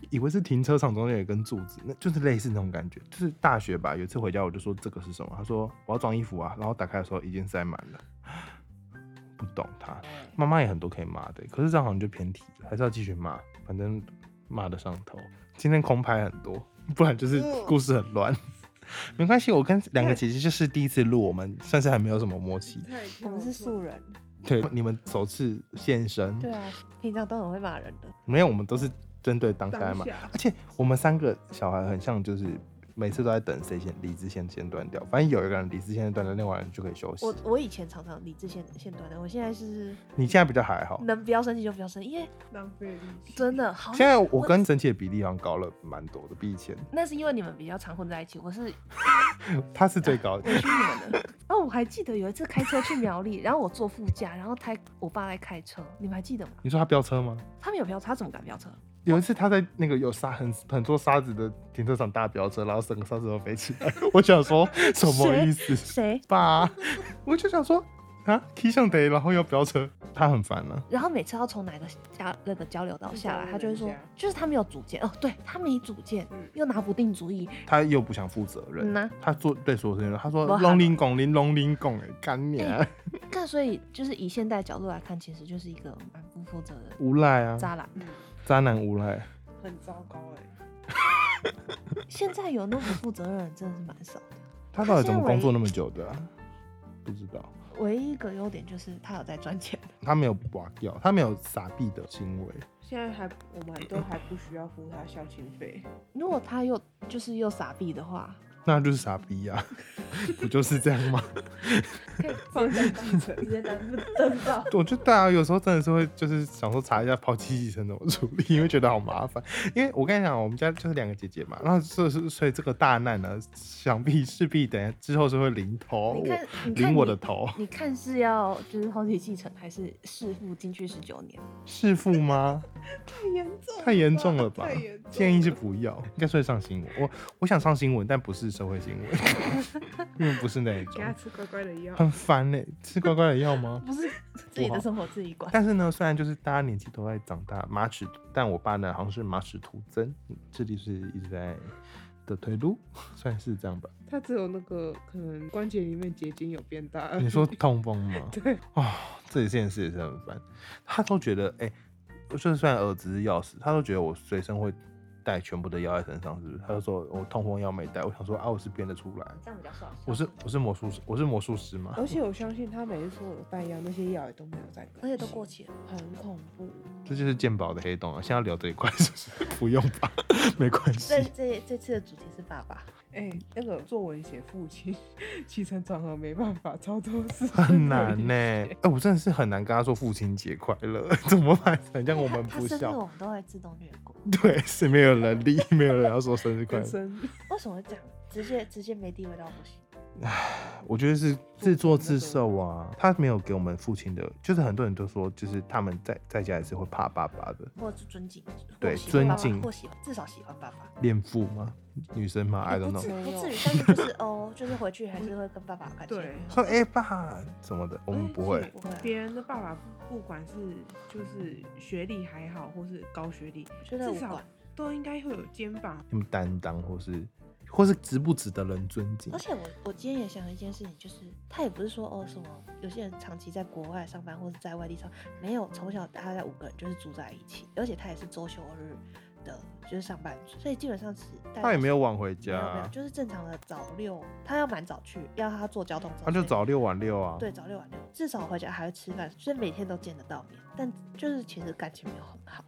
Speaker 1: 以为是停车场中间有一根柱子，那就是类似那种感觉。就是大学吧，有一次回家我就说这个是什么，他说我要装衣服啊，然后打开的时候已经塞满了，不懂他。妈妈也很多可以骂的，可是这样好像就偏题了，还是要继续骂，反正骂得上头。今天空拍很多，不然就是故事很乱。 没关系，我跟两个姐姐就是第一次录，我们算是还没有什么默契。
Speaker 2: 太
Speaker 3: 我们是素人，
Speaker 1: 对，你们首次现身，
Speaker 3: 对啊，平常都很会骂人的。
Speaker 1: 没有，我们都是针对当下嘛
Speaker 2: 当。下
Speaker 1: 而且我们三个小孩很像，就是每次都在等谁先理智先先断掉，反正有一个人理智先断掉，另外一个人就可以休息
Speaker 3: 我。我以前常常理智线线断的，我现在是
Speaker 1: 你现在比较还好，
Speaker 3: 能不要生气就不要生气，因为
Speaker 2: 浪费力气，
Speaker 3: 真的好。
Speaker 1: 现在我跟生气的比例好像高了蛮多的，比以前
Speaker 3: 那是因为你们比较常混在一起，我是
Speaker 1: 他是最 高的。
Speaker 3: 委屈你们的。然后哦我还记得有一次开车去苗栗，然后我坐副驾，然后他我爸在开车，你们还记得吗？
Speaker 1: 你说他飙车吗？
Speaker 3: 他没有飙车，他怎么敢飙车？
Speaker 1: 有一次他在那个有沙很很多沙子的停车场大飙车，然后整个沙子都飞起来。 我想说什么意 思？
Speaker 3: 谁？
Speaker 1: 爸，我就想说啊，踢上得，然后又飙车，他很烦啊。
Speaker 3: 然后每次要从哪个家那个交流道下来，他就会说
Speaker 2: 交流道，
Speaker 3: 就是他没有主见哦，对他没主见，
Speaker 2: 嗯
Speaker 3: 又拿不定主意。
Speaker 1: 他又不想负责任，
Speaker 3: 嗯呐
Speaker 1: 他做对所有事情都，他说
Speaker 3: 不好
Speaker 1: 龙鳞拱鳞龙鳞拱，哎，干你、啊，
Speaker 3: 那所以就是以现代角度来看，其实就是一个蛮不负责的
Speaker 1: 无赖啊，
Speaker 3: 渣男。
Speaker 2: 嗯，
Speaker 1: 渣男无赖。
Speaker 2: 很糟糕哎、
Speaker 3: 现在有那种不负责任的人真的是蛮 少的。
Speaker 1: 他到底怎么工作那么久的、啊？不知道，
Speaker 3: 唯一一个优点就是他有在赚钱，
Speaker 1: 他没有拔掉，他没有撒币的行为。
Speaker 2: 现在还我们都还不需要付他校庆费，
Speaker 3: 如果他又就是又傻逼的话，
Speaker 1: 那就是傻逼呀、 不就是这样吗？
Speaker 3: 可以
Speaker 2: 放在继 承。
Speaker 3: 直接登登报。
Speaker 1: 我觉得大家有时候真的是会，就是想说查一下抛弃继承怎么处理，因为觉得好麻烦。因为我跟你讲，我们家就是两个姐姐嘛，然后这是所以这个大难呢，想必势必等之后是会临头，
Speaker 3: 你看
Speaker 1: 我
Speaker 3: 你看
Speaker 1: 临哦我
Speaker 3: 你
Speaker 1: 的头，
Speaker 3: 你看是要就是抛弃继承，还是弑父进去十九年？
Speaker 1: 弑父吗？
Speaker 2: 太严重了吧，
Speaker 1: 太严重了吧
Speaker 2: 太严重了！
Speaker 1: 建议是不要，应该是会上新闻。我我想上新闻，但不是社会新闻， 因为不是那一
Speaker 2: 给
Speaker 1: 种
Speaker 2: 他，吃乖乖的药，
Speaker 1: 很烦呢、吃乖乖的药吗？
Speaker 3: 不是自己的生活自己管。
Speaker 1: 但是呢，虽然就是大家年纪都在长大，马齿，但我爸呢好像是马齿徒增，智力是一直在的退路， 算是这样吧。
Speaker 2: 他只有那个可能关节里面结晶有变大。
Speaker 1: 你说痛风吗？
Speaker 2: 嗯 对
Speaker 1: 啊、这件事也是很烦。他都觉得，哎、就是虽然儿子是钥匙，他都觉得我随身会带全部的药在身上，是不是？他就说我痛风药没带，我想说啊，我是编得出来，
Speaker 3: 这样比较爽。
Speaker 1: 我是我是魔术师，我是魔术师吗？
Speaker 2: 而且我相信他每次说有带药，那些药也都没有在更新，
Speaker 3: 而且都过期了。
Speaker 2: 很恐怖。
Speaker 1: 这就是鉴宝的黑洞啊！现在要聊这一块是不是？ 不用吧，没关系
Speaker 3: 这。这这次的主题是爸 爸，
Speaker 2: 哎、那个作文写父亲，起承转合没办法，超多事
Speaker 1: 很难呢、
Speaker 2: 哎、
Speaker 1: 哎、我真的是很难跟他说父亲节快乐， 怎么办？很像我们
Speaker 3: 他
Speaker 1: 不
Speaker 3: 生日
Speaker 1: 孝，
Speaker 3: 我们都会自动略过。
Speaker 1: 对，是没有能力， 没有人要说生日快
Speaker 2: 跟
Speaker 1: 乐。
Speaker 2: 生日
Speaker 3: 为什么会这样？直接直接没地位到不行。
Speaker 1: 我觉得是自作自受啊，他没有给我们父亲的，就是很多人都说，就是他们在在家也是会怕爸爸的，
Speaker 3: 或者是尊敬，
Speaker 1: 对
Speaker 3: 或喜欢爸爸
Speaker 1: 尊敬
Speaker 3: 或喜欢，至少喜欢爸爸。
Speaker 1: 恋父吗？女生吗？I
Speaker 3: 也
Speaker 1: don't
Speaker 3: 不至
Speaker 1: know。
Speaker 3: 不至于， 但是就是哦，就是回去还是会跟爸爸感情
Speaker 2: 对，
Speaker 1: 说哎、爸什么的，我们不会。
Speaker 3: 不会啊。
Speaker 2: 哎别人的爸爸，不管是就是学历还好，或是高学历，
Speaker 3: 我觉得
Speaker 2: 至
Speaker 3: 我
Speaker 2: 少
Speaker 3: 管，
Speaker 2: 都应该会有肩膀。
Speaker 1: 那么担当，或是或是值不值得人尊敬
Speaker 3: 而？且我我今天也想了一件事情，就是他也不是说哦什么，有些人长期在国外上班或者在外地上，没有从小大家五个人就是住在一起，而且他也是周休二日的，就是上班族，所以基本上是大
Speaker 1: 他也
Speaker 3: 家
Speaker 1: 没有晚回
Speaker 3: 没有没有，
Speaker 1: 家，
Speaker 3: 就是正常的早六，他要蛮早去，要他坐交通车，
Speaker 1: 他就
Speaker 3: 所以
Speaker 1: 早六晚六啊。
Speaker 3: 对，早六晚六，至少回家还会吃饭，所以每天都见得到面。但 就是其实感情没有很好，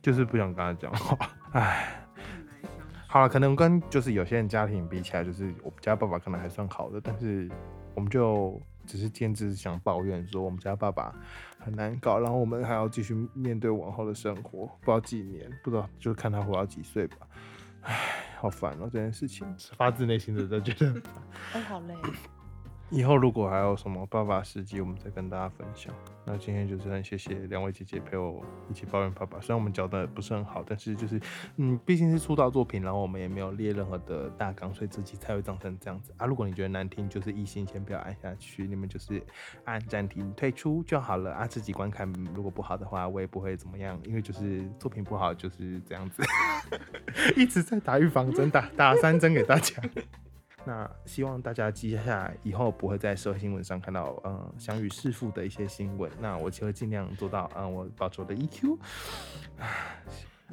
Speaker 1: 就是不想跟他讲话。唉，
Speaker 2: 很难相处
Speaker 1: 好了，可能跟就是有些人家庭比起来，就是我家爸爸可能还算好的，但是我们就只是坚持想抱怨说我们家爸爸很难搞，然后我们还要继续面对往后的生活，不知道几年，不知道就是看他活到几岁吧。唉，好烦哦、这件事情，发自内心的都觉得很烦。
Speaker 3: 哎，好累。
Speaker 1: 以后如果还有什么爸爸事迹，我们再跟大家分享。那今天就是很谢谢两位姐姐陪我一起抱怨爸爸，虽然我们讲的不是很好，但是就是嗯，毕竟是出道作品，然后我们也没有列任何的大纲，所以这集才会长成这样子啊。如果你觉得难听，就是一心先不要按下去，你们就是按暂停退出就好了啊。自己观看如果不好的话，我也不会怎么样，因为就是作品不好就是这样子， 一直在打预防针，打打三针给大家。 那希望大家接下来以后不会在社会新闻上看到，嗯，相遇弑父的一些新闻。那我就会尽量做到，嗯，我保持我的 EQ。唉啊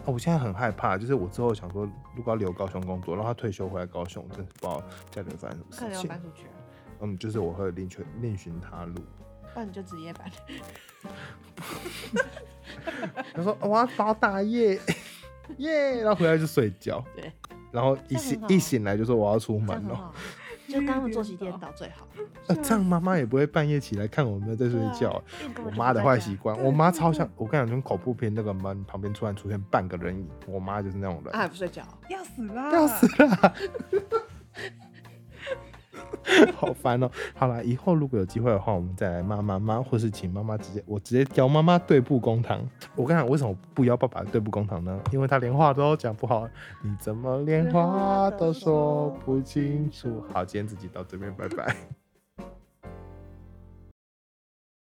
Speaker 1: 我现在很害怕，就是我之后想说，如果要留高雄工作，让他退休回来高雄，真是不知道家里会发生什
Speaker 2: 看
Speaker 1: 么
Speaker 2: 你
Speaker 1: 事
Speaker 2: 要
Speaker 1: 情
Speaker 2: 搬。出去啊，
Speaker 1: 嗯，就是我会另寻另寻他路。
Speaker 2: 不然你就职业版。
Speaker 1: 他说、哦我要包大夜，耶，然后回来就睡觉，
Speaker 2: 对，
Speaker 1: 然后一
Speaker 3: 这样
Speaker 1: 醒
Speaker 3: 很好
Speaker 1: 一醒来就说我要出
Speaker 3: 这
Speaker 1: 门
Speaker 3: 样很
Speaker 1: 了。
Speaker 3: 好，啊就跟他们作息颠倒最好。
Speaker 1: 呃，这样妈妈也不会半夜起来看我们在睡
Speaker 3: 啊对啊
Speaker 1: 觉、
Speaker 3: 因为你根本就
Speaker 1: 我
Speaker 3: 不
Speaker 1: 妈的
Speaker 3: 在
Speaker 1: 坏
Speaker 3: 家
Speaker 1: 习惯，我妈超像，我跟你讲，跟恐怖片那个门旁边突然出现半个人影，我妈就是那种
Speaker 2: 啊，还
Speaker 3: 哎
Speaker 1: 人。
Speaker 2: 不睡觉，
Speaker 3: 要死啦！
Speaker 1: 要死啦！ 好烦哦、好啦，以后如果有机会的话，我们再来骂妈妈，或是请妈妈直接，我直接邀妈妈对簿公堂。我跟你讲，为什么不邀爸爸对簿公堂呢？因为他连话都讲不好，你怎么连话都说不清楚？好，今天自己到这边，拜拜。